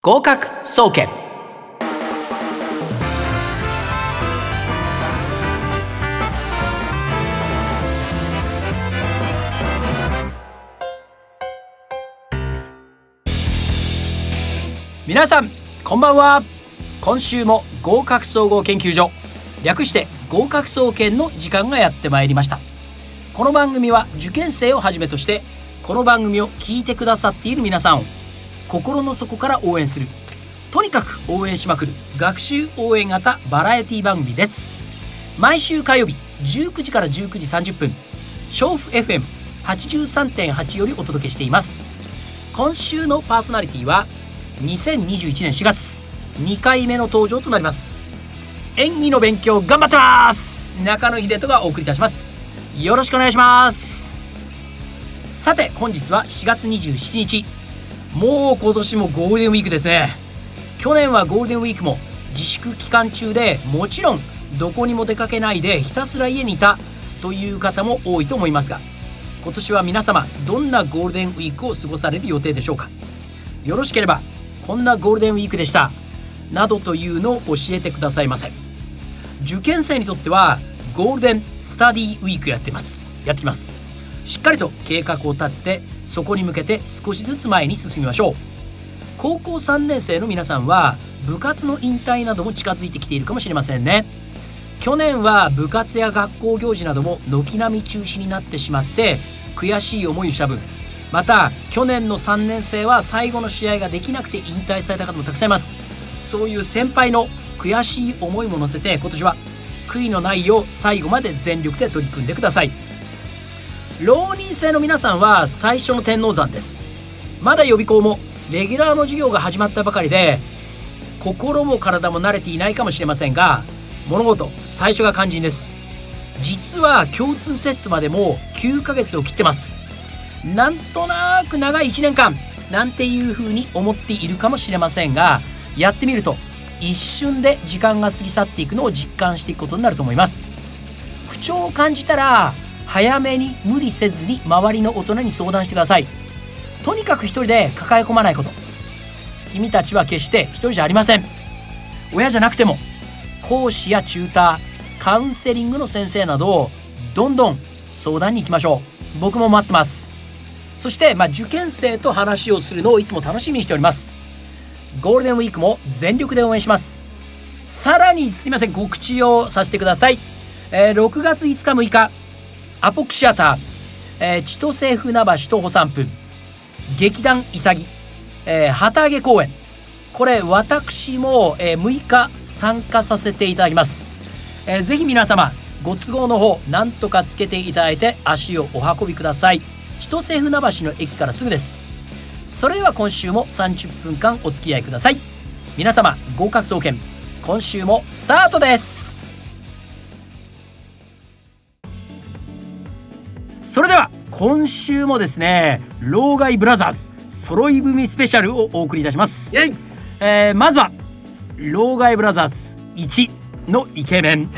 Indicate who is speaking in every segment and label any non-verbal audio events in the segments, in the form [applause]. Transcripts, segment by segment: Speaker 1: 合格総研皆さんこんばんは今週も合格総合研究所略して合格総研の時間がやってまいりましたこの番組は受験生をはじめとしてこの番組を聞いてくださっている皆さんを心の底から応援するとにかく応援しまくる学習応援型バラエティ番組です毎週火曜日19時から19時30分調布 FM83.8 よりお届けしています今週のパーソナリティは2021年4月2回目の登場となります演技の勉強頑張ってます中野秀人がお送りいたしますよろしくお願いしますさて本日は4月27日もう今年もゴールデンウィークですね去年はゴールデンウィークも自粛期間中でもちろんどこにも出かけないでひたすら家にいたという方も多いと思いますが今年は皆様どんなゴールデンウィークを過ごされる予定でしょうかよろしければこんなゴールデンウィークでしたなどというのを教えてくださいませ受験生にとってはゴールデンスタディウィークやってますやってきますしっかりと計画を立ってそこに向けて少しずつ前に進みましょう高校3年生の皆さんは部活の引退なども近づいてきているかもしれませんね去年は部活や学校行事なども軒並み中止になってしまって悔しい思いをした分また去年の3年生は最後の試合ができなくて引退された方もたくさんいますそういう先輩の悔しい思いも乗せて今年は悔いのないよう最後まで全力で取り組んでください浪人生の皆さんは最初の天王山ですまだ予備校もレギュラーの授業が始まったばかりで心も体も慣れていないかもしれませんが物事最初が肝心です実は共通テストまでも9ヶ月を切ってますなんとなく長い1年間なんていう風に思っているかもしれませんがやってみると一瞬で時間が過ぎ去っていくのを実感していくことになると思います不調を感じたら早めに無理せずに周りの大人に相談してくださいとにかく一人で抱え込まないこと君たちは決して一人じゃありません親じゃなくても講師やチューターカウンセリングの先生などをどんどん相談に行きましょう僕も待ってますそして、まあ、受験生と話をするのをいつも楽しみにしておりますゴールデンウィークも全力で応援しますさらにすいません告知をさせてください、えー6月5日6日アポックシアター、えー千歳船橋徒歩3分劇団潔、えー旗揚げ公演これ私も、えー6日参加させていただきます、えーぜひ皆様ご都合の方何とかつけていただいて足をお運びください千歳船橋の駅からすぐですそれでは今週も30分間お付き合いください皆様合格総研今週もスタートですそれでは今週もですね老害ブラザーズ揃い踏みスペシャルをお送りいたします、
Speaker 2: イェイ
Speaker 1: えーまずは老害ブラザーズ1のイケメン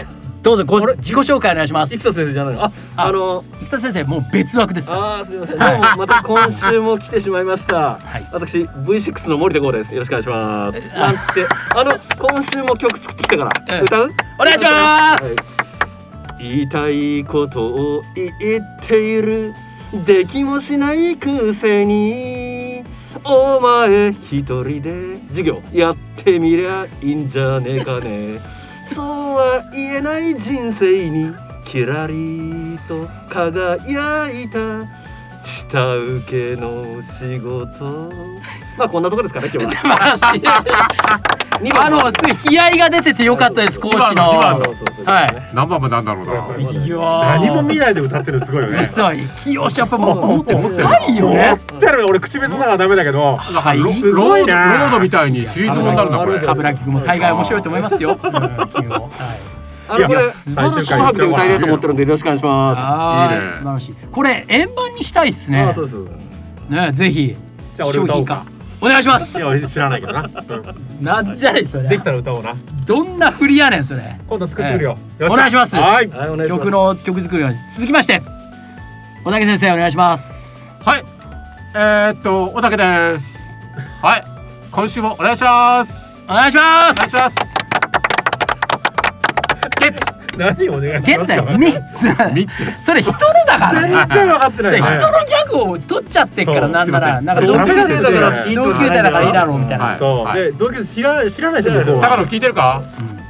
Speaker 1: どうぞご
Speaker 2: あれ
Speaker 1: 自己紹介お願いします
Speaker 2: 生田先生じゃないのあ、
Speaker 1: あ
Speaker 2: あの
Speaker 1: 生田先生もう別枠ですか
Speaker 2: あーすみませんどうもまた今週も来てしまいました、
Speaker 1: い
Speaker 2: 私 V6 の森田剛ですよろしくお願いしますなんつってあの今週も曲作ってきたから、
Speaker 1: ええ
Speaker 2: 歌う
Speaker 1: お願いします、
Speaker 2: 言いたいことを言っているできもしないくせにお前一人で授業やってみりゃいいんじゃねえかねそうは言えない人生にキラリと輝いた下請けの仕事まあこんなとこですかね今日は二
Speaker 1: [laughs] あ
Speaker 2: 番
Speaker 1: のすごい悲哀が出ててよかったです講師の
Speaker 3: 今
Speaker 2: あ
Speaker 3: の
Speaker 2: そうそうそう
Speaker 1: は
Speaker 3: 何番もなんだろう
Speaker 1: い
Speaker 3: な。
Speaker 1: いや
Speaker 4: 何も
Speaker 1: な
Speaker 4: 見ないで歌ってるのすごいよね。
Speaker 1: 実は清志やっぱもう持って深いよ
Speaker 4: 持
Speaker 1: ね
Speaker 4: ってる俺口下手だからダメだけど。
Speaker 1: はい
Speaker 3: ロ
Speaker 4: す
Speaker 3: ロ
Speaker 4: ご
Speaker 3: ード
Speaker 4: い
Speaker 3: ロ
Speaker 4: な
Speaker 3: ードみたいにシリーズもになるなこれ。
Speaker 2: いや
Speaker 1: 冠城君も大概面白いと思いますようん君もはい
Speaker 2: あのこれ
Speaker 4: いや
Speaker 1: 素晴らしい
Speaker 4: 最終回
Speaker 2: 紅白で歌えると思ってるんでよろしくお願いします
Speaker 1: あ
Speaker 3: いい
Speaker 1: ー
Speaker 3: ね
Speaker 1: 素晴らしいこれ円盤にしたいっすね
Speaker 2: あそうそうそう
Speaker 1: ねぜひ
Speaker 4: じゃあ俺
Speaker 1: 商
Speaker 4: 歌お
Speaker 1: 品
Speaker 4: うか
Speaker 1: 化。お願いします
Speaker 4: いや俺知らないけどな。
Speaker 1: なんじゃないそ
Speaker 4: で
Speaker 1: れ
Speaker 4: きたら歌おうな。
Speaker 1: どんな振りやねんそれ
Speaker 4: 今度作ってくるよ。
Speaker 1: お願いします
Speaker 4: はい。
Speaker 2: はい、お願いします。
Speaker 1: 曲の曲作りは続きまして小竹先生お願いします
Speaker 3: はい。えー、っとおたけです。はい。今週もお願いします
Speaker 1: お願いします
Speaker 3: お願いしますゲッツ
Speaker 4: 何お願いし
Speaker 1: ゲ
Speaker 4: ま
Speaker 1: ッ
Speaker 4: す
Speaker 1: ツだよ
Speaker 4: か
Speaker 1: 3つ
Speaker 3: 三つ
Speaker 1: それ人のだから
Speaker 4: 全
Speaker 1: ね
Speaker 4: 然分かって
Speaker 1: そ
Speaker 4: な
Speaker 1: れ
Speaker 4: い
Speaker 1: 人の
Speaker 4: ね
Speaker 1: ギャグを取っちゃってっか
Speaker 4: そ
Speaker 1: ら
Speaker 4: う
Speaker 1: なんなら
Speaker 3: すい
Speaker 1: な
Speaker 3: ま
Speaker 1: ん
Speaker 3: せ
Speaker 1: か
Speaker 3: ん
Speaker 1: 同
Speaker 4: 同
Speaker 1: 級生だか同級
Speaker 4: 級生だからら
Speaker 1: 生だからいいだろうみたいな、
Speaker 3: はい
Speaker 4: そうで同級生知らない知らないじゃん向こう
Speaker 3: 坂
Speaker 4: は
Speaker 3: 野聞いてるか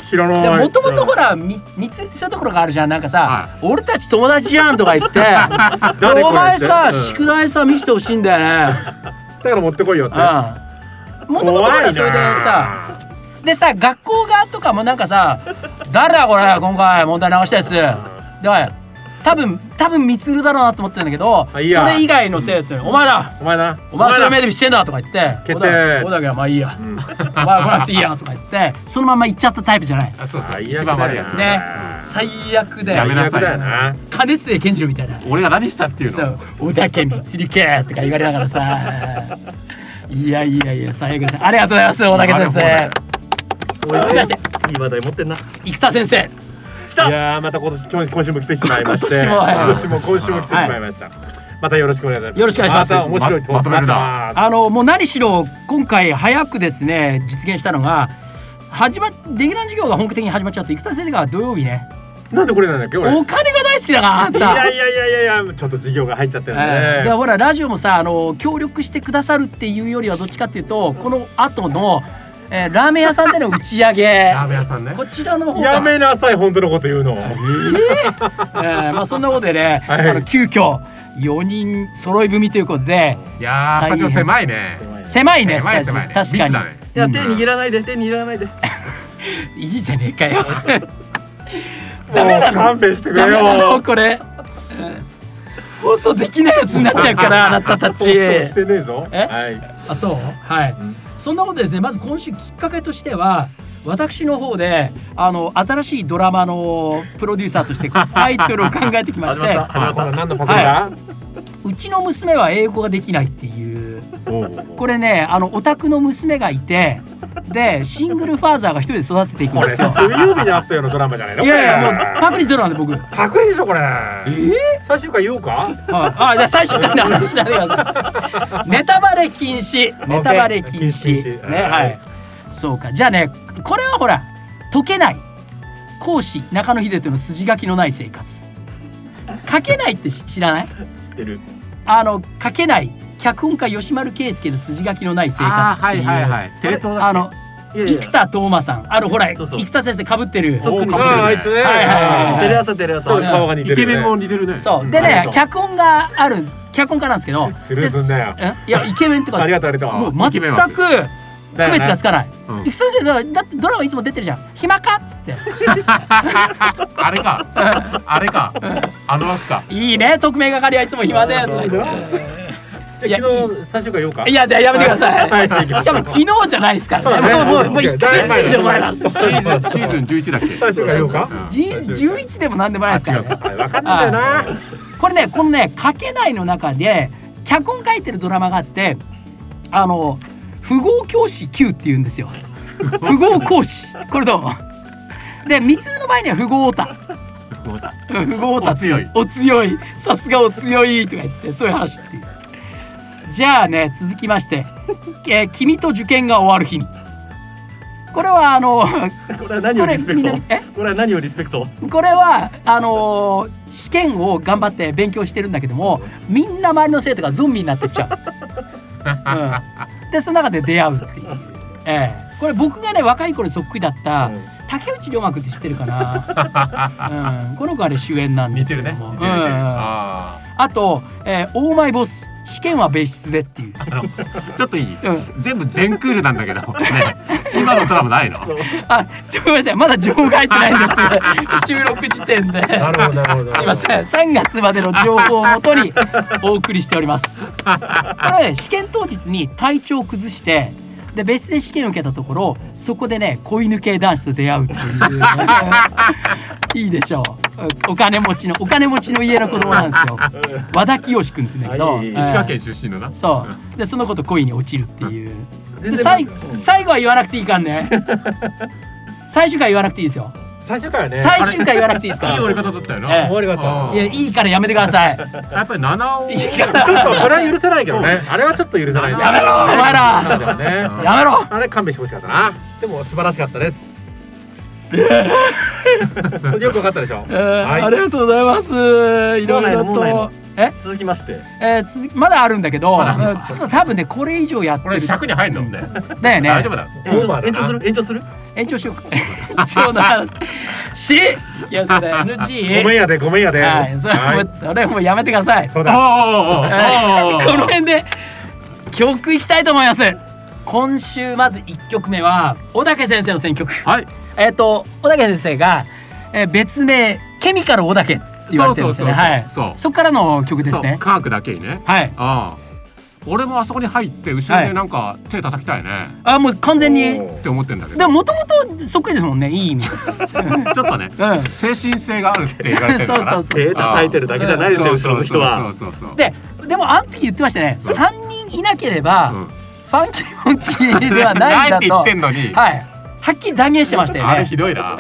Speaker 4: 知ら
Speaker 1: で
Speaker 4: ない
Speaker 1: もともとほらみ密接したところがあるじゃんなんかさ、
Speaker 3: は
Speaker 1: 俺たち友達じゃんとか言ってで
Speaker 4: 誰これって
Speaker 1: お前さ、
Speaker 4: うん
Speaker 1: 宿題さ見せてほしいんだよね
Speaker 4: だから持ってこいよって
Speaker 1: うんもともとほ
Speaker 4: 怖
Speaker 1: ら
Speaker 4: いな
Speaker 1: それでさでさ学校側とかもなんかさ「誰だこれ今回問題直したやつ」で多分多分みつるだろうなと思ってんだけどそ
Speaker 4: あいいや
Speaker 1: れ以外の生徒に「お前だ
Speaker 4: お前だ
Speaker 1: お前それ
Speaker 4: だ
Speaker 1: 目で見してんだ」とか言って「
Speaker 4: 決定
Speaker 1: おだおだけはまあいいや、 [laughs] お前は来なくていいや」とか言ってそのまま行っちゃったタイプじゃない
Speaker 3: あそうそう
Speaker 4: 最悪だよ
Speaker 3: 一番悪いやつ
Speaker 1: ね最悪だ
Speaker 3: やめ
Speaker 1: よ
Speaker 3: な
Speaker 4: 最悪
Speaker 3: さい
Speaker 4: だよな
Speaker 1: 金末健次郎みたいな
Speaker 3: 俺が何したっていう
Speaker 1: そ
Speaker 3: の
Speaker 1: う「おだけみつりけ」とか言われながらさいやいやいや最悪だありがとうございますおだけ先
Speaker 3: なるほ
Speaker 1: 生
Speaker 4: おいし
Speaker 1: 続
Speaker 4: い
Speaker 1: きまして
Speaker 3: いい話題持ってんな
Speaker 1: 生田先生
Speaker 4: いやーまた今年今今週も来てしまいまして
Speaker 1: 今年もはい
Speaker 4: 今年も今週も来てしまいました、またよろしくお願いします
Speaker 1: よろしくお願いします
Speaker 4: また面白いトーク待ってます
Speaker 1: あのもう何しろ今回早くですね実現したのが始まレギュラー授業が本格的に始まっちゃって生田先生が土曜日ね
Speaker 4: なんでこれなんだっけ俺
Speaker 1: お金が大好きだからあん
Speaker 4: いや
Speaker 1: た。
Speaker 4: いやいやいやいやちょっと授業が入っちゃってるんで
Speaker 1: ええで
Speaker 4: ね
Speaker 1: ほらラジオもさあの協力してくださるっていうよりはどっちかっていうとこの後の、えーラーメン屋さんでの打ち上
Speaker 4: [laughs]
Speaker 1: げ
Speaker 3: ラーメン屋さんね
Speaker 1: こちらの方が
Speaker 4: やめなさい本当のこと言うの
Speaker 1: えーまあそんなことでね、
Speaker 4: はい
Speaker 1: あの急遽4人揃い踏みということで
Speaker 3: いやースタジオ狭いね
Speaker 1: 狭いねス
Speaker 3: 狭
Speaker 1: タ
Speaker 3: い
Speaker 1: ジオ
Speaker 3: 狭いね
Speaker 1: 確か
Speaker 3: 密
Speaker 1: に、
Speaker 3: だね
Speaker 5: いや手握らないで手握らないで
Speaker 1: いいじゃねえかよダメな
Speaker 4: [laughs] もう
Speaker 1: の
Speaker 4: 勘弁してくれ
Speaker 1: ダメなの
Speaker 4: よ
Speaker 1: これ放送できないやつになっちゃうから [laughs] あなたた
Speaker 4: 放
Speaker 1: ち
Speaker 4: 送してねえぞ
Speaker 1: え
Speaker 4: はい
Speaker 1: あそうはい、そんなことでですねまず今週きっかけとしては私の方であの新しいドラマのプロデューサーとしてタイトルを考えてきまして
Speaker 4: あほら何のパクリだ
Speaker 1: うちの娘は英語ができないっていうこれねあのお宅の娘がいてでシングルファーザーが一人で育てていくん
Speaker 4: こ
Speaker 1: で
Speaker 4: れ
Speaker 1: すよ
Speaker 4: 水曜日にあったようなドラマじゃないの
Speaker 1: いやいやもうパクリゼロなんで僕、はい、
Speaker 4: パクリでしょこれ最終回言おう
Speaker 1: [laughs]
Speaker 4: か
Speaker 1: あじゃあ最初からの話しないでくださいネタバレ禁止ネタバレ禁止
Speaker 4: 禁止
Speaker 1: ねはいそうかじゃあねこれはほら解けない講師中野秀人の筋書きのない生活書けないってし知らない
Speaker 4: 知ってる
Speaker 1: あの書けない脚本家吉丸圭介の筋書きのない生活
Speaker 3: あー
Speaker 1: っ
Speaker 3: は
Speaker 1: てい
Speaker 3: いうはいはいテレ東だ
Speaker 1: あ
Speaker 3: っけ
Speaker 1: の
Speaker 5: いやいや
Speaker 1: 生田斗真さんあのほら
Speaker 5: そうそう
Speaker 1: 生田先生かぶってる
Speaker 5: そう
Speaker 3: おー
Speaker 5: 特に
Speaker 3: かぶってるね
Speaker 4: ああいつね
Speaker 1: はいはいはい
Speaker 5: テレ朝テレ朝
Speaker 4: そうだ顔が似てる
Speaker 3: イ
Speaker 4: よね
Speaker 3: ケメンも似てるね
Speaker 1: そううで
Speaker 4: あり
Speaker 1: ね
Speaker 4: がとう
Speaker 1: 脚本がある脚本家なんですけど
Speaker 4: スルーすんなよ
Speaker 1: でんいやイケメンってか
Speaker 4: ありがとうありがとう
Speaker 1: もう全
Speaker 3: イケメン
Speaker 1: く
Speaker 3: 枠
Speaker 1: 区
Speaker 4: だよね
Speaker 1: 別がつかない
Speaker 3: うん
Speaker 1: 生田先生だだってドラマいつも出てるじゃん暇かっつって
Speaker 3: [laughs] あれかあれかあの枠か
Speaker 1: [laughs] いいね特命係はいつも暇でとか言ってい
Speaker 4: じ
Speaker 1: や
Speaker 4: ゃあ昨日最終回言おうか
Speaker 1: いやでやめてくだ [laughs] さい、
Speaker 4: はいはい
Speaker 1: しかも昨日じゃないですか
Speaker 4: そう
Speaker 1: らね
Speaker 4: だね
Speaker 1: もうもうもう1ヶ月以上前なんです
Speaker 4: [laughs]
Speaker 3: シ
Speaker 1: [laughs]
Speaker 3: ーズンシーズン11だっけ
Speaker 4: 最終回言おうか
Speaker 3: ん
Speaker 1: じ11でも何でもないですからね
Speaker 4: はいわかんないんだよな
Speaker 1: これねこのね「書けない」の中で脚本書いてるドラマがあってあの不合教師 Q って言うん [laughs] ですよ不合講師これどうで三つの場合には不合オタ
Speaker 3: そうだ
Speaker 1: うん不合オタ
Speaker 3: お強い
Speaker 1: お強いさすがお強いとか言ってそういう話っていうじゃあね続きまして、えー君と受験が終わる日に」これはあの
Speaker 5: これは何をリスペ
Speaker 1: これみ
Speaker 5: クト
Speaker 1: んなえ
Speaker 5: これは何をリスペクト
Speaker 1: これはあのー試験を頑張って勉強してるんだけどもみんな周りの生徒がゾンビになってっちゃう。うん、でその中で出会うっていう、ええこれ僕がね若い頃にそっくりだった、
Speaker 4: うん
Speaker 1: 竹内涼真君って知ってるか
Speaker 3: [laughs]
Speaker 1: な、うん、この子はね主演なんで
Speaker 3: 似
Speaker 1: す
Speaker 3: て
Speaker 1: け
Speaker 3: る
Speaker 1: ど
Speaker 3: ね
Speaker 1: も、
Speaker 3: 似
Speaker 1: う
Speaker 3: てる似てる
Speaker 1: ん、
Speaker 3: あ
Speaker 1: あと、えー「オーマイボス試験は別室で」っていう。
Speaker 3: ーちょっといい
Speaker 1: うん
Speaker 3: 全部全クールなんだけどね今のドラマないの
Speaker 1: あ、ちょごめんなさい、まだ情報が入ってないんです。
Speaker 3: [laughs]
Speaker 1: 収録時点で。
Speaker 4: なるほどなるほど
Speaker 1: すいません、3月までの情報をもとにお送りしております。これね試験当日に体調を崩して、で別室で試験を受けたところ、そこでね子犬系男子と出会うっていう、いいでしょう。お金持ちのお金持ちの家の子供なんですよ。和田清君って言うんだけど、
Speaker 4: はい
Speaker 1: うん
Speaker 3: 石川県出身のな
Speaker 1: そう。でその子と恋に落ちるっていう。
Speaker 4: 全
Speaker 1: で
Speaker 4: 然
Speaker 1: 最最後は言わなくていいかんね。最終回言わなくていいですよ。
Speaker 4: 最終回はね
Speaker 1: 最終回言わなくていいですか
Speaker 3: いい
Speaker 1: ら。
Speaker 3: 終 [laughs] わり方だったよな。
Speaker 1: ええ
Speaker 4: 終わり方
Speaker 1: いやいいからやめてください。
Speaker 3: やっぱり七尾。
Speaker 1: いいから
Speaker 4: ちょっとそれは許せないけどねあれはちょっと許せない
Speaker 1: やめろお前
Speaker 4: なん
Speaker 1: ら。
Speaker 4: だよね
Speaker 1: やめろ。
Speaker 4: あれ勘弁してほしかったなでも素晴らしかったです [laughs] よくわかったでしょ
Speaker 1: えー
Speaker 4: はい
Speaker 1: ありがとうございます。いろいろ
Speaker 5: もうないのも
Speaker 1: と
Speaker 5: う。
Speaker 1: え、
Speaker 5: 続きまして
Speaker 1: えー続きまだあるんだけど、
Speaker 3: まだあるの
Speaker 1: うんちょっと多分ねこれ以上やって
Speaker 3: これ
Speaker 1: る。
Speaker 3: 尺に入んのね。
Speaker 1: だよ
Speaker 3: 大
Speaker 1: ね
Speaker 3: 丈。夫だ。
Speaker 5: 延
Speaker 4: オーバーだ
Speaker 5: 長
Speaker 4: な
Speaker 5: 延長する延長する
Speaker 1: 延長しようか。 [laughs] 延長の話。し。いやそれ NG。
Speaker 4: ごめんやでごめんやで
Speaker 1: はい、それはもう、それはもうやめてください。
Speaker 4: そ
Speaker 3: ああ
Speaker 4: うだ
Speaker 3: あああ
Speaker 1: はい
Speaker 3: あ。
Speaker 1: この辺で曲いきたいと思います今週まず1曲目は小竹先生の選曲
Speaker 3: はい。
Speaker 1: えっ、と小竹先生が、えー別名ケミカル小竹って言われてるんですよね
Speaker 3: そうそうそう
Speaker 1: はい
Speaker 3: そう
Speaker 1: そっからの曲です
Speaker 3: そう
Speaker 1: ね
Speaker 3: 科学だけにね。
Speaker 1: はい
Speaker 3: ああ。俺もあそこに入って後ろ
Speaker 1: は
Speaker 3: で
Speaker 1: い
Speaker 3: なんか手叩きたいね
Speaker 1: あもう完全に
Speaker 4: おー
Speaker 3: って思ってんだけど。
Speaker 1: でももともとそっくりですもんねいい意味
Speaker 3: ちょっとね
Speaker 1: うん
Speaker 3: 精神性があるって言われてる
Speaker 1: そ
Speaker 3: か
Speaker 1: う
Speaker 3: ら。
Speaker 1: そうそう
Speaker 5: 手叩いてるだけじゃないですよ
Speaker 3: うん
Speaker 5: 後ろの人は。
Speaker 3: そうそうそうそう。
Speaker 1: ででもあの時言ってましたね3人いなければ、
Speaker 3: うん
Speaker 1: ファンキーモンキーではないんだ
Speaker 3: って言
Speaker 1: と
Speaker 3: ってんのに。
Speaker 1: はいはっきり断言してましたよね
Speaker 3: あれひどいな。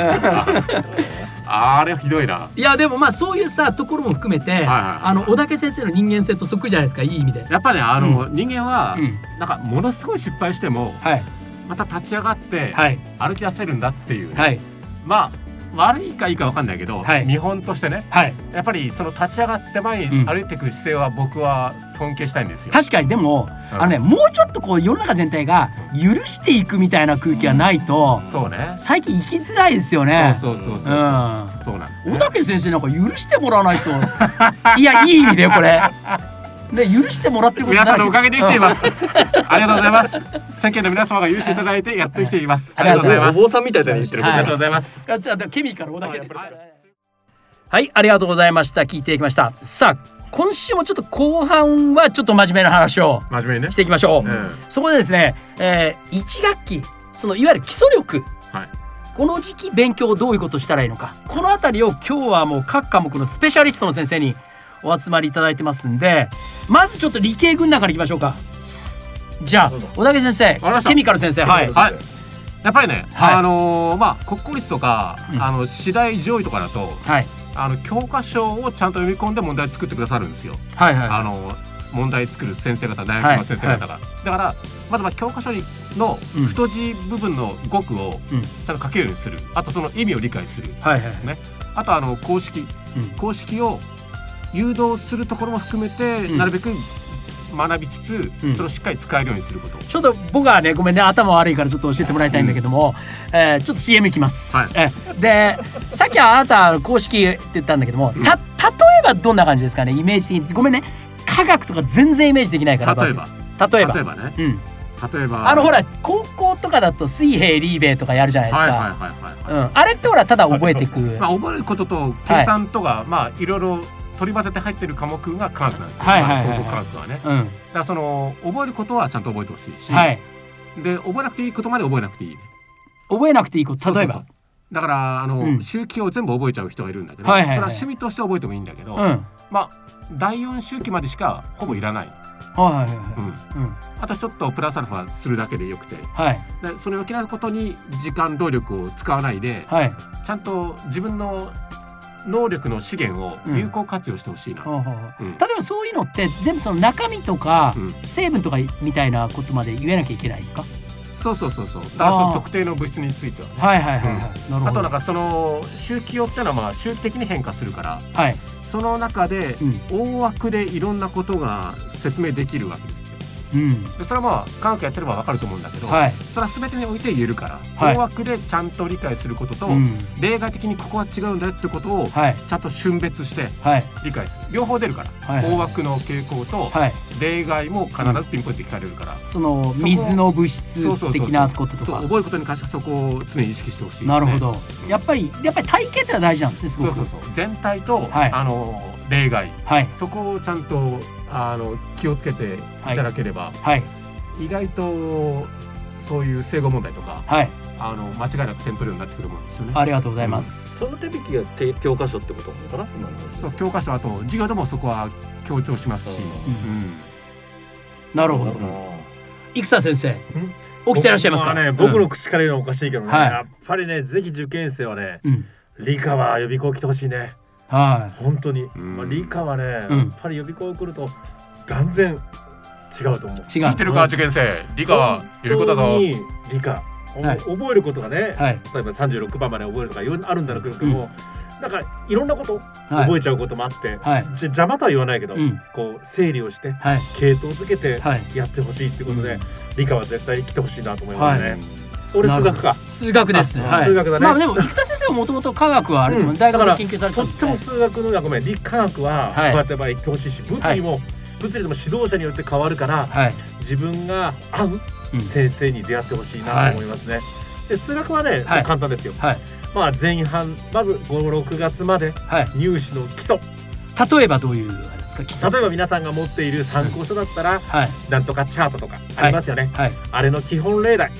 Speaker 3: ああれひどいな。
Speaker 1: いやでもまあそういうさところも含めて、
Speaker 3: いはい
Speaker 1: あの小竹先生の人間性とそっくりじゃないですかいい意味で。
Speaker 3: やっぱねあの、人間は、
Speaker 1: うん
Speaker 3: なんかものすごい失敗しても
Speaker 1: はい
Speaker 3: また立ち上がって
Speaker 1: はい
Speaker 3: 歩き出せるんだっていうね、
Speaker 1: はい
Speaker 3: まあ悪いかいいかわかんないけど、
Speaker 1: はい
Speaker 3: 見本としてね
Speaker 1: はい。
Speaker 3: やっぱりその立ち上がって前
Speaker 1: うん
Speaker 3: に歩いていく姿勢は僕は尊敬したいんですよ。
Speaker 1: 確かにでも、
Speaker 3: うん
Speaker 1: あのねもうちょっとこう世の中全体が許していくみたいな空気がないと、
Speaker 3: そうね。
Speaker 1: 最近生きづらいですよね。
Speaker 3: そうそうそうそう
Speaker 1: う
Speaker 3: そ
Speaker 1: ん。
Speaker 3: う。そうなんだ
Speaker 1: 小
Speaker 3: ね。
Speaker 1: 竹先生なんか許してもらわないといやいい意味だよこれ。で許してもらってることに
Speaker 3: 皆
Speaker 1: な
Speaker 3: さ
Speaker 1: る
Speaker 3: んのおかげで生きています。ありがとうございます。世間の皆様が許していただいてやってきています。ありがとうござい
Speaker 5: お
Speaker 3: ます。
Speaker 5: 坊さんみたいなの言ってる
Speaker 1: は
Speaker 5: 僕
Speaker 1: い
Speaker 3: ありがとうございます。
Speaker 1: あじゃあケミカル小田家ですからはいありがとうございました聞いていきましたさあ今週もちょっと後半はちょっと真面目な話を
Speaker 3: 真面目にね
Speaker 1: し。ていきましょう、
Speaker 3: うん
Speaker 1: そこでですね、えー、1学期そのいわゆる基礎力、
Speaker 3: はい
Speaker 1: この時期勉強をどういうことしたらいいのかこの辺りを今日はもう各科目のスペシャリストの先生にお集まりいただいてますんでまずちょっと理系軍団からいきましょうかじゃあ
Speaker 5: どうぞ
Speaker 1: 小竹先
Speaker 3: かりま
Speaker 1: 生
Speaker 3: した
Speaker 1: ケミカル先生はい
Speaker 3: はい。やっぱりね、
Speaker 1: はい
Speaker 3: あのーまあ国公立とか、
Speaker 1: うん
Speaker 3: あの次第上位とかだと、
Speaker 1: はい
Speaker 3: あの教科書をちゃんと読み込んで問題作ってくださるんですよ。
Speaker 1: はいはい
Speaker 3: あの問題作る先生方、大学の先生方が、だからまずまあ教科書の
Speaker 1: うん
Speaker 3: 太字部分の語句を
Speaker 1: うん
Speaker 3: ちゃんと書けるようにする。あとその意味を理解する。
Speaker 1: はいはい
Speaker 3: あとあの公式
Speaker 1: うん
Speaker 3: 公式を誘導するところも含めて、
Speaker 1: うん
Speaker 3: なるべく学びつつ、
Speaker 1: うん
Speaker 3: それをしっかり使えるようにすること。
Speaker 1: ちょっと僕はねごめんね頭悪いからちょっと教えてもらいたいんだけども、えーちょっと CM いきます、えーでさっきはあなた公式って言ったんだけどもた例えばどんな感じですかねイメージ的にごめんね科学とか全然イメージできないから
Speaker 3: 例えば
Speaker 1: 例えば
Speaker 3: 例えばね
Speaker 1: うん、
Speaker 3: 例えば
Speaker 1: あのほら高校とかだと水平リーベイとかやるじゃないです
Speaker 3: はいはい
Speaker 1: か、
Speaker 3: はいはい、はい
Speaker 1: うん、あれってほらただ覚えていく、
Speaker 3: まあ、覚えることと計算とが、まあいろいろ取り混ぜて入ってる科目が科学なんですよ、
Speaker 1: はいはいはいはい
Speaker 3: まあ高校科学はねだか
Speaker 1: うん
Speaker 3: らその覚えることはちゃんと覚えてほしいし、
Speaker 1: はい
Speaker 3: で覚えなくていいことまで覚えなくていいね
Speaker 1: 覚えなくていいこと例え
Speaker 3: そうそう
Speaker 1: ば
Speaker 3: そうだからあの、
Speaker 1: うん
Speaker 3: 周期を全部覚えちゃう人がいるんだけど、
Speaker 1: はいはいはい
Speaker 3: それは趣味として覚えてもいいんだけど、
Speaker 1: うんはい
Speaker 3: まあ第4周期までしかほぼいらない、
Speaker 1: はいは
Speaker 3: うん、
Speaker 1: いうん
Speaker 3: あとちょっとプラスアルファするだけでよくてで
Speaker 1: はい
Speaker 3: それを嫌なことに時間労力を使わないで
Speaker 1: はい
Speaker 3: ちゃんと自分の能力の資源を有効活用してほしいな、
Speaker 1: ほうほうほう
Speaker 3: うん
Speaker 1: 例えばそういうのって全部その中身とか
Speaker 3: うん
Speaker 1: 成分とかみたいなことまで言えなきゃいけないんですか、
Speaker 3: そうそうそうそうだからそ
Speaker 1: あー
Speaker 3: の特定の物質についてはね
Speaker 1: はいはいはいはい、なるほ
Speaker 3: あと
Speaker 1: ど
Speaker 3: なんかその周期表ってのはまあ周期的に変化するから
Speaker 1: はい、
Speaker 3: その中で
Speaker 1: うん
Speaker 3: 大枠でいろんなことが説明できるわけですよ
Speaker 1: うん、
Speaker 3: でそれはまあ科学やってればわかると思うんだけど、
Speaker 1: はい、
Speaker 3: それは全てにおいて言えるから、
Speaker 1: はい
Speaker 3: 大枠でちゃんと理解することと、
Speaker 1: うん、
Speaker 3: 例外的にここは違うんだよってことを
Speaker 1: はい
Speaker 3: ちゃんと瞬別して
Speaker 1: はい
Speaker 3: 理解する両方出るから、
Speaker 1: はいはい
Speaker 3: 大枠の傾向と
Speaker 1: はい
Speaker 3: 例外も必ずピンポイントで聞かれるから、
Speaker 1: その水の物質
Speaker 3: そうそうそう
Speaker 1: 的なことと
Speaker 3: そう
Speaker 1: か
Speaker 3: 覚えることに関してはそこを常に意識してほしいですね、
Speaker 1: なるほど
Speaker 3: うん
Speaker 1: やっぱりやっぱり体型ってのは大事なんですねす
Speaker 3: そ
Speaker 1: ご
Speaker 3: う
Speaker 1: く
Speaker 3: そうそう全体と、
Speaker 1: はい
Speaker 3: あの例外
Speaker 1: はい
Speaker 3: そこをちゃんとあの気をつけていただければ、
Speaker 1: はい
Speaker 3: 意外とそういう整合問題とか
Speaker 1: はい
Speaker 3: あの間違いなく点取るようになってくるもんですよね。
Speaker 1: ありがとうございます
Speaker 5: その手引きがて教科書ってことなのかな今の話
Speaker 3: そう教科書あと授業でもそこは強調しますし、
Speaker 5: う
Speaker 3: うん
Speaker 1: なるほど
Speaker 5: なるほど
Speaker 1: 生田先生起きてらっしゃいますか
Speaker 4: 僕はね、僕の口から言うのはおかしいけどね、
Speaker 1: はい
Speaker 4: やっぱりね、ぜひ受験生はね、
Speaker 1: うん
Speaker 4: 理科は予備校来てほしいね。
Speaker 1: はい
Speaker 4: 本当に、
Speaker 3: うん
Speaker 4: まあ、理科はね、やっ
Speaker 1: うん
Speaker 4: ぱり予備校来ると断然違うと思う。
Speaker 1: 違
Speaker 3: 聞いうてるか受験生理科は有力だぞ
Speaker 4: 本当に理科、お
Speaker 1: はい
Speaker 4: 覚えることがね、
Speaker 1: はい
Speaker 4: 例えば36番まで覚えるとかいろいろあるんだろうけども、なんかいろんなこと
Speaker 1: はい
Speaker 4: 覚えちゃうこともあって、
Speaker 1: はい
Speaker 4: じゃ邪魔とは言わないけど、
Speaker 1: うん
Speaker 4: こう整理をして
Speaker 1: はい
Speaker 4: 系統づけて
Speaker 1: はい
Speaker 4: やってほしいってことで、
Speaker 1: うん
Speaker 4: 理科は絶対来てほしいなと思いますね。
Speaker 3: はい
Speaker 4: 俺
Speaker 1: な
Speaker 4: 数
Speaker 1: るほど
Speaker 4: 学か
Speaker 1: 数学です
Speaker 4: あ
Speaker 1: はい
Speaker 4: 数学だね
Speaker 1: まあでも生田先生はもともと科学はあれですもん
Speaker 4: うん
Speaker 1: 大学
Speaker 4: だ
Speaker 1: で
Speaker 4: か
Speaker 1: 研
Speaker 4: ら
Speaker 1: 究されて
Speaker 4: と
Speaker 1: たんで
Speaker 4: っても数学の学め理科学は
Speaker 1: はい
Speaker 4: こうやってば行ってほしいし、物理も、物理でも指導者によって変わるから
Speaker 1: はい
Speaker 4: 自分が合う
Speaker 1: うん
Speaker 4: 先生に出会ってほしいなと思いますね。で数学はね、
Speaker 1: はい
Speaker 4: 簡単ですよ。
Speaker 1: はい
Speaker 4: まあ前半まず56月まで
Speaker 1: はい
Speaker 4: 入試の基礎
Speaker 1: 例えばどういうあれですか基礎
Speaker 4: 例えば皆さんが持っている参考書だったら、
Speaker 1: はい
Speaker 4: なんとかチャートとかありますよね、
Speaker 1: はい
Speaker 4: あれの基本例題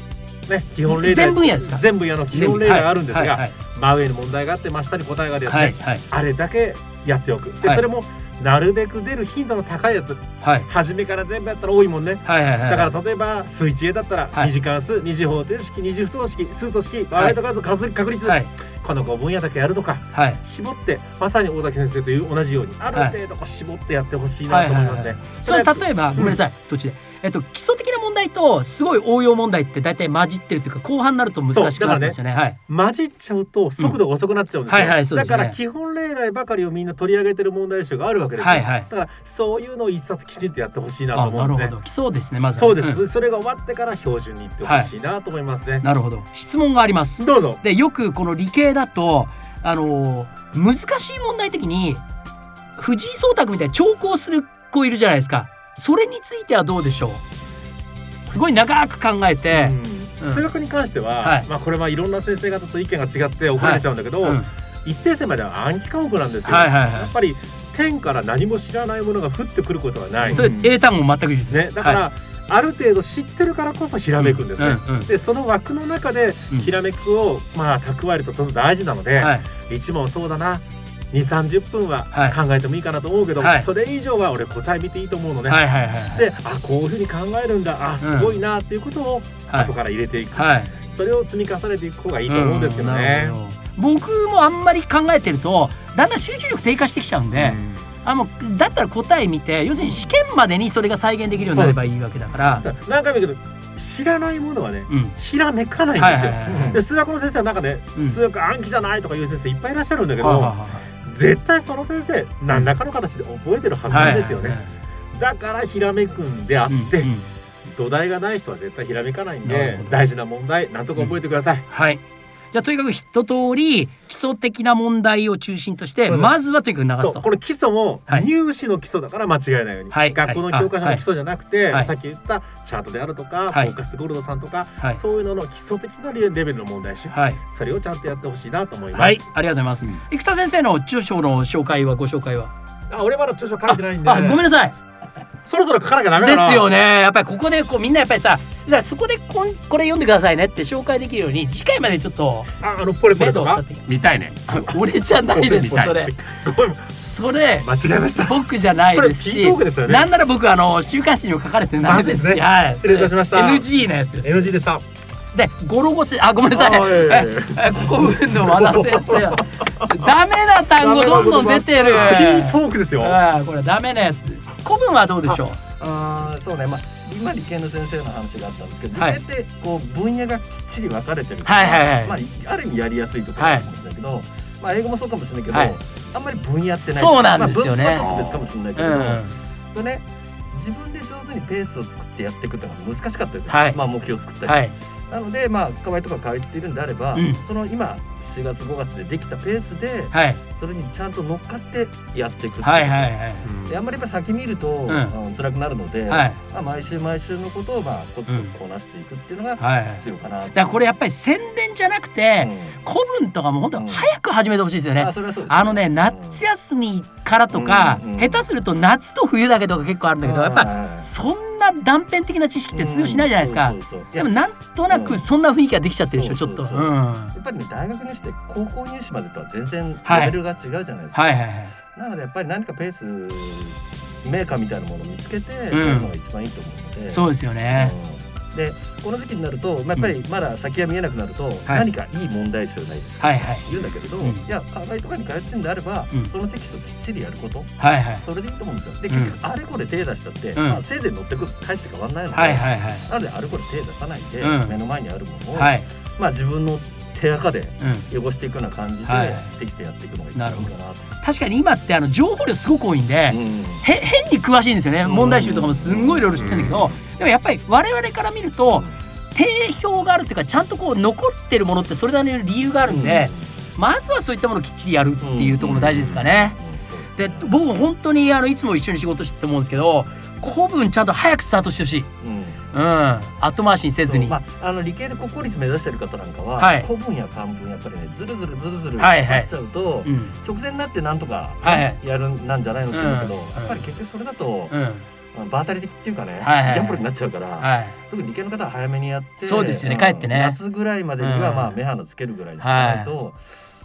Speaker 4: ね基本例題
Speaker 1: 全分野ですか
Speaker 4: 全分野の基本例
Speaker 1: はい
Speaker 4: 題あるんですが、
Speaker 1: はい
Speaker 4: 真上に問題があって真下に答えが出るね、
Speaker 1: はいはい
Speaker 4: あれだけやっておくで、
Speaker 1: はい
Speaker 4: それもなるべく出る頻度の高いやつ
Speaker 1: はい
Speaker 4: 初めから全部やったら多いもんね
Speaker 1: はいはいはい
Speaker 4: だから例えば数値 A だったら
Speaker 1: はい
Speaker 4: 二次関数、二次方程式二次不等式数と式場合と数数確率、
Speaker 1: はい
Speaker 4: この5分野だけやるとか
Speaker 1: はい
Speaker 4: 絞ってまさに大竹先生という同じようにある程度こう絞ってやってほしいなと思います
Speaker 1: はいはい
Speaker 4: ね。
Speaker 1: それ
Speaker 4: ただ
Speaker 1: 例えばごめんなさい途中でえっと基礎的な問題とすごい応用問題って大体混じってるというか後半になると難しくなってますよねはい
Speaker 4: 混じっちゃうと速度が遅くなっちゃうんですよ、
Speaker 1: うんはいはいそうですね
Speaker 4: だから基本例題ばかりをみんな取り上げてる問題集があるわけですよ、
Speaker 1: はいはい
Speaker 4: だからそういうのを一冊きちんとやってほしいなと
Speaker 1: あ
Speaker 4: 思
Speaker 1: な
Speaker 4: うん
Speaker 1: る
Speaker 4: です
Speaker 1: ほ
Speaker 4: ね
Speaker 1: ど基礎ですねまずは
Speaker 4: そうです、
Speaker 1: ん
Speaker 4: それが終わってから標準にいってほしいなと思いますね、
Speaker 1: なるほど質問があります
Speaker 4: どうぞ
Speaker 1: でよくこの理系だとあのー難しい問題的に藤井聡太君みたいに長考する子いるじゃないですかそれについてはどうでしょうすごい長く考えて、
Speaker 4: うん
Speaker 1: うん
Speaker 4: 数学に関しては、
Speaker 1: はい
Speaker 4: まあこれはいろんな先生方と意見が違って怒られちゃうんだけど、
Speaker 1: うんはい
Speaker 4: 一定生までは暗記科目なんですよ、
Speaker 1: はいは
Speaker 4: やっ
Speaker 1: い
Speaker 4: ぱり天から何も知らないものが降ってくることはない、
Speaker 1: それ英単語全く一緒で
Speaker 4: ね
Speaker 1: す、、
Speaker 4: だから、
Speaker 1: は
Speaker 4: ある程度知ってるからこそひら
Speaker 1: い
Speaker 4: めくんですね、
Speaker 1: うんうん
Speaker 4: でその枠の中で
Speaker 1: うん
Speaker 4: ひらめくを、まあ蓄えるととても大事なので、
Speaker 1: はい
Speaker 4: 一問そうだな2 3 0分は
Speaker 1: はい
Speaker 4: 考えてもいいかなと思うけど、
Speaker 1: はい
Speaker 4: それ以上は俺答え見ていいと思うのね、
Speaker 1: はいはいはい
Speaker 4: であこういうふうに考えるんだあすごいなっていうことを
Speaker 1: はい
Speaker 4: 後から入れていく、
Speaker 1: はい
Speaker 4: それを積み重ねていく方がいいと思うんですけどね、
Speaker 1: うんなるほど僕もあんまり考えてるとだんだん集中力低下してきちゃうんで、あもうだったら答え見て要するに試験までにそれが再現できるようになればいいわけだから
Speaker 4: だから何回も言うけど知らないものはね
Speaker 1: うん
Speaker 4: ひらめかないん
Speaker 1: はいは
Speaker 4: です
Speaker 1: い
Speaker 4: よ、
Speaker 1: はい
Speaker 4: で数学の先生の中で、
Speaker 1: うん
Speaker 4: 数学暗記じゃないとかいう先生いっぱいいらっしゃるんだけど、
Speaker 1: はいは
Speaker 4: 絶対その先生何らかの形で覚えてるはいず
Speaker 1: はい
Speaker 4: なんですよね、だからひらめくんであっ
Speaker 1: うん
Speaker 4: て、
Speaker 1: うん
Speaker 4: 土台がない人は絶対ひらめかないん
Speaker 1: なる
Speaker 4: で
Speaker 1: ほど
Speaker 4: 大事な問題なんとか覚えてください、
Speaker 1: はいじゃあとにかく一通り基礎的な問題を中心として
Speaker 4: そうそう
Speaker 1: まずはとにかく流
Speaker 4: そ
Speaker 1: す
Speaker 4: う
Speaker 1: と
Speaker 4: これ基礎も
Speaker 1: はい
Speaker 4: 入試の基礎だから間違えないように、
Speaker 1: はい
Speaker 4: 学校の教科書の基礎じゃなくて、
Speaker 1: はいはい
Speaker 4: さっき言ったチャートであるとか、
Speaker 1: はい
Speaker 4: フォーカスゴールドさんとか、
Speaker 1: はい
Speaker 4: そういうのの基礎的なレベルの問題集、
Speaker 1: はい
Speaker 4: それをちゃんとやってほしいなと思います、
Speaker 1: はいありがとうございます、
Speaker 3: うん
Speaker 1: 生田先生の著書の紹介はご紹介は
Speaker 4: あ俺まだ著書書いてないんで
Speaker 1: あごめんなさい
Speaker 4: そろそろ書かなきゃダメ
Speaker 1: で
Speaker 4: だな
Speaker 1: すよねやっぱりここでこうみんなやっぱりさだからそこでこんこれ読んでくださいねって紹介できるように次回までちょっと
Speaker 4: ああのポレポ
Speaker 1: 目
Speaker 4: レ
Speaker 1: 処
Speaker 4: と
Speaker 1: を立
Speaker 4: か
Speaker 1: てて
Speaker 3: 見たいね
Speaker 1: 俺じゃないですそれ
Speaker 4: ごめん
Speaker 1: それ
Speaker 4: 間違えました
Speaker 1: 僕じゃないです
Speaker 4: これ
Speaker 1: し
Speaker 4: ピートークでしたよね
Speaker 1: なんなら僕あの週刊誌にも書かれてないです
Speaker 4: まず
Speaker 1: し
Speaker 4: ね
Speaker 1: はい
Speaker 4: 失礼いたしました
Speaker 1: NG のやつです
Speaker 4: NG でした
Speaker 1: でゴロゴスあごめんなさい
Speaker 4: あいえいえ
Speaker 1: ええ [laughs] 古文の和田先生ダメな単語どんどん出てる
Speaker 4: ピートークですよ
Speaker 1: あーこれダメなやつ古文はどうでしょう
Speaker 5: あーそうねまあ今理系の先生の話があったんですけど、
Speaker 1: はい
Speaker 5: 理系ってこう分野がきっちり分かれてるから、
Speaker 1: はいはいはい
Speaker 5: まあ、ある意味やりやすいところあるかもしれないけど、まあ、英語もそうかもしれないけど、
Speaker 1: はい
Speaker 5: あんまり分野ってない
Speaker 1: そうなんですよね
Speaker 5: まあ、分野はちょっと別かもしれないけ
Speaker 1: う
Speaker 5: ど、
Speaker 1: ん
Speaker 5: これね自分で上手にペースを作ってやっていくってのが難しかったですよ、
Speaker 1: はい
Speaker 5: まあ、目標を作ったり、
Speaker 1: はい
Speaker 5: なのでまあ課題とか変わっているんであれば、
Speaker 1: うん
Speaker 5: その今4月5月でできたペースで
Speaker 1: はい
Speaker 5: それにちゃんと乗っかってやっていくっていう
Speaker 1: はいはいはい
Speaker 5: であんまりやっぱ先見ると、
Speaker 1: ん
Speaker 5: あの辛くなるので、
Speaker 1: はい
Speaker 5: まあ、毎週毎週のことをまあコツコツこなしていくっていうのが
Speaker 1: はいはい
Speaker 5: 必要かな、
Speaker 1: だからこれやっぱり宣伝じゃなく
Speaker 5: う
Speaker 1: て、
Speaker 5: ん
Speaker 1: 古文とかも本当
Speaker 5: うん
Speaker 1: 早く始めてほしいですよね。
Speaker 5: あそれはそうですね、
Speaker 1: あのね夏休みからとか、
Speaker 5: うんうん
Speaker 1: 下手すると夏と冬だけとか結構あるんだけど、やっぱ
Speaker 5: ぱ
Speaker 1: そんな断片的な知識って通用しないじゃないですか、でもなんとなくそんな雰囲気ができちゃってるでしょ、
Speaker 5: うん
Speaker 1: ちょっと、、
Speaker 5: そううそうそうん
Speaker 1: は
Speaker 5: やっぱりね大学入試って高校入試までとは全然
Speaker 1: はい
Speaker 5: レベルが違うじゃないで
Speaker 1: い
Speaker 5: すか、
Speaker 1: はいはい
Speaker 5: なのでやっぱり何かペースメーカーみたいなものを見つけてやるのが一番いいと思うので、
Speaker 1: そうですよね、
Speaker 5: うでこの時期になると、まあ、やっぱりまだ先が見えなくなると、何かいい問題集ないですか、
Speaker 1: はいはい
Speaker 5: 言うんだけれど、
Speaker 1: うん
Speaker 5: いや課外とかに通ってるんであれば、
Speaker 1: うん
Speaker 5: そのテキストきっちりやること
Speaker 1: はいはい
Speaker 5: それでいいと思うんですよで
Speaker 1: うん
Speaker 5: 結局あれこれ手出したって、
Speaker 1: うん
Speaker 5: まあ、せいぜい乗ってくる大して変わんないので、
Speaker 1: はいはいはい
Speaker 5: なのであれこれ手出さないで、
Speaker 1: うん
Speaker 5: 目の前にあるものを、
Speaker 1: はい
Speaker 5: まあ、自分の手垢で
Speaker 1: うん
Speaker 5: 汚していくような感じで、
Speaker 1: はい
Speaker 5: テキストやっていくのが一番いいかなと。
Speaker 1: 確かに今ってあの情報量すごく多いんで、
Speaker 5: うん
Speaker 1: へ変に詳しいんですよね
Speaker 5: うん
Speaker 1: 問題集とかもすんごいいろいろ知ってるんだけど、でもやっぱり我々から見ると定評があるっていうかちゃんとこう残ってるものってそれなりの理由があるんで、まずはそういったものをきっちりやるっていうところ大事ですかね。で僕も本当にあのいつも一緒に仕事してて思うんですけど古文ちゃんと早くスタートしてほしい、
Speaker 5: うんう
Speaker 1: う
Speaker 5: ん
Speaker 1: ん、後回しにせずに、
Speaker 5: まあ、あの理系で国公立目指してる方なんかは、
Speaker 1: はい
Speaker 5: 古文や漢文やっぱりねずるずるずるずる
Speaker 1: はいはい
Speaker 5: やっちゃうと、
Speaker 1: うん
Speaker 5: 直前になってなんとか
Speaker 1: はいはい
Speaker 5: やるんなんじゃないのって言うんだけど、
Speaker 1: うん
Speaker 5: やっぱり結局それだと、
Speaker 1: うん
Speaker 5: 場当たり的っていうかね、
Speaker 1: はいはい
Speaker 5: ギャンブルになっちゃうから、
Speaker 1: はい
Speaker 5: 特に理系の方は早めにやって
Speaker 1: そうですよね
Speaker 5: ん
Speaker 1: 帰ってね
Speaker 5: 夏ぐらいまでには、
Speaker 1: うん
Speaker 5: まあ目鼻つけるぐらいにしないと、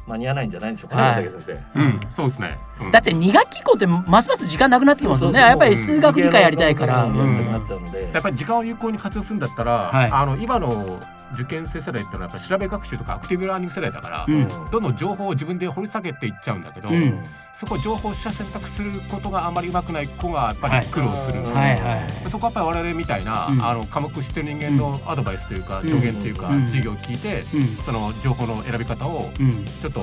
Speaker 5: 間に合わないんじゃないでしょうかね、
Speaker 1: はい
Speaker 5: 大竹先
Speaker 3: うん、そうですね。うん
Speaker 1: だって2学期以降ってますます時間なくなってきますもんね
Speaker 5: そうそうそう
Speaker 1: やっぱり数学理科やりたいから、
Speaker 5: う
Speaker 1: うんん
Speaker 5: やりたくなっちゃうので、
Speaker 3: やっぱり時間を有効に活用するんだったら、
Speaker 1: はい
Speaker 3: あの今の受験生世代ってのはやっぱり調べ学習とかアクティブラーニング世代だから、
Speaker 1: うん
Speaker 3: どんどん情報を自分で掘り下げていっちゃうんだけど、
Speaker 1: うん
Speaker 3: そこを情報を取捨選択することがあんまりうまくない子がやっぱ
Speaker 1: は
Speaker 3: り
Speaker 1: い
Speaker 3: 苦労する、
Speaker 5: うん
Speaker 1: はいはい
Speaker 3: そこはやっぱり我々みたいな、
Speaker 1: うん
Speaker 3: あの科目してる人間のアドバイスというか、
Speaker 1: うん
Speaker 3: 助言というか、
Speaker 1: うん
Speaker 3: 授業を聞いて、
Speaker 1: う
Speaker 3: その情報の選び方を
Speaker 1: んうん
Speaker 3: ちょっと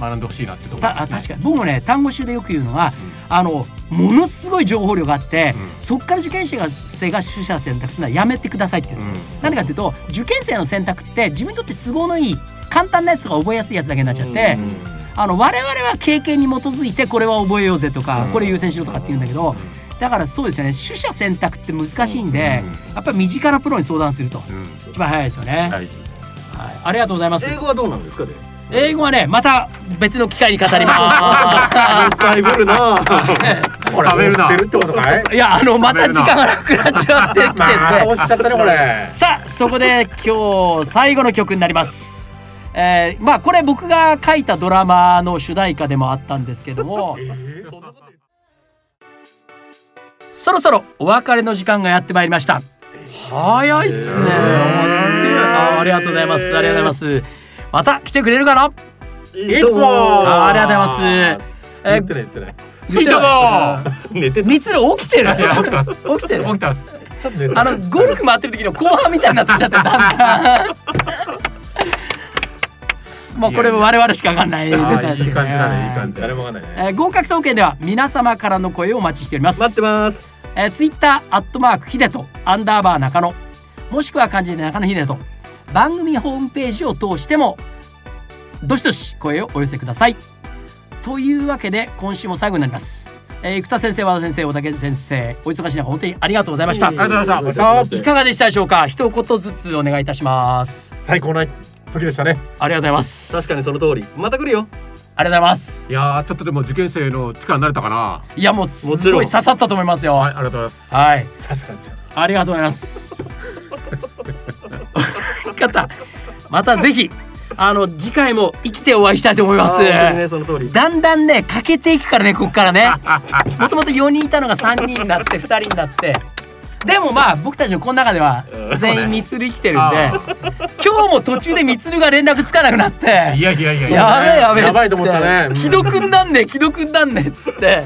Speaker 3: 学んでほしいなってところ
Speaker 1: たあ確かに僕もね単語集でよく言うのは、あのものすごい情報量があって、
Speaker 3: うん
Speaker 1: そこから受験生が生が取捨選択するのはやめてくださいって言うんですよ。
Speaker 3: うん
Speaker 1: なんでかっていうと受験生の選択って自分にとって都合のいい簡単なやつとか覚えやすいやつだけになっちゃって、
Speaker 5: うん
Speaker 1: あの我々は経験に基づいてこれは覚えようぜとか、
Speaker 3: うん
Speaker 1: これ優先しろとかって言うんだけど、だからそうですよね取捨選択って難しいんで、やっぱり身近なプロに相談すると
Speaker 3: うんうん
Speaker 1: 一番早いですよね。はい、
Speaker 3: 大事
Speaker 1: ありがとうございます
Speaker 5: 英。語はどうなんですかね
Speaker 1: 英語はねまた別の機会に語ります。
Speaker 2: さいぶるな
Speaker 4: ほら
Speaker 3: 食べるな
Speaker 4: もうしてるってこと
Speaker 1: [laughs]
Speaker 4: かい
Speaker 1: いやあのまた時間がなくなっちゃってきてんで、
Speaker 4: まあ押しちゃったねこれ
Speaker 1: さあそこで今日最後の曲になります。えー、まあこれ僕が書いたドラマの主題歌でもあったんですけどもそろそろお別れの時間がやってまいりました早いっすね、あありがとうございますありがとうございますまた来てくれるかな
Speaker 4: えっと
Speaker 1: あありがとうございますえ
Speaker 4: 言っ
Speaker 1: ー
Speaker 4: てない言ってない
Speaker 1: 言っては
Speaker 4: 寝てた
Speaker 1: みつる起きてる
Speaker 3: いや起きてます起
Speaker 1: 起きてる
Speaker 3: きてます
Speaker 4: ちょっと寝てた
Speaker 1: あのゴルフ回ってる時の後半みたいになってっちゃってた。もうこれも我々しかわかんないネタ
Speaker 3: あ
Speaker 1: です
Speaker 3: ーい
Speaker 1: け
Speaker 3: い
Speaker 1: ど
Speaker 3: 感じだねいい
Speaker 1: ね。
Speaker 3: 感じ
Speaker 4: 誰もわかんないね
Speaker 1: えー合格総研では皆様からの声をお待ちしております。
Speaker 2: 待ってます
Speaker 1: えー、ツイッターアットマークヒデとアンダーバー中野もしくは漢字で中野ヒデと番組ホームページを通してもどしどし声をお寄せくださいというわけで今週も最後になります、えー、生田先生和田先生小竹先生お忙しい中本当にありがとうございました、
Speaker 4: ありがとうございまし
Speaker 2: ありがとうござい
Speaker 4: た
Speaker 2: まし
Speaker 1: いかがでしたでしょうか一言ずつお願いいたします
Speaker 4: 最高な時でしたね
Speaker 1: ありがとうございます
Speaker 2: 確かにその通りまた来るよ
Speaker 1: ありがとうございます
Speaker 3: いやーちょっとでも受験生の力になれたかな。
Speaker 1: いやもうすごい刺さったと思いますよ
Speaker 3: はい、
Speaker 1: は
Speaker 3: ありがとうございます。
Speaker 1: い
Speaker 4: さすがちゃん
Speaker 1: ありがとうございます。方、またぜひあの次回も生きてお会いしたいと思いま
Speaker 2: あ
Speaker 1: す。
Speaker 2: ー本当にねその通り
Speaker 1: だんだんね欠けていくからねここからね。もともと4人いたのが3人になって2人になって。でもまあ僕たちのこの中では全員みつる生きてるんで
Speaker 3: あ
Speaker 1: 今日も途中でみつるが連絡つかなくなって
Speaker 3: いやいやいやいや、
Speaker 1: やべえやべえっつって
Speaker 4: やばいと思ったねうん
Speaker 1: 既読になんねえ既読になんねえっつって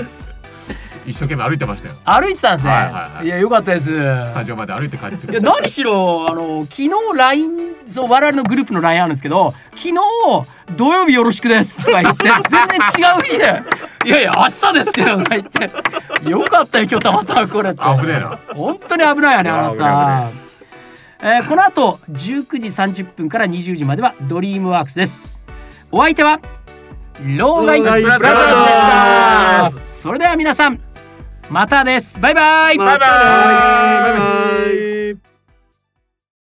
Speaker 3: 一生懸命歩いてましたよ。
Speaker 1: 歩いてたんですね、
Speaker 3: はいいはいはい
Speaker 1: やよかったです
Speaker 3: スタジオまで歩いて帰って
Speaker 1: いや何しろあの昨日 LINE そう我々のグループの LINE あるんですけど昨日「土曜日よろしくです」とか言って全然違う日で「いやいや明日ですけど」とか言って「よかったよ今日たまたまこれ」って
Speaker 3: 危ねえな
Speaker 1: 本当に危ないよねあ
Speaker 4: や
Speaker 1: なた。えーこの後19時30分から20時までは「ドリームワークスですお相手は老害ブラザーズでしたそれでは皆さんまたですバイバイ
Speaker 2: またねバイバイ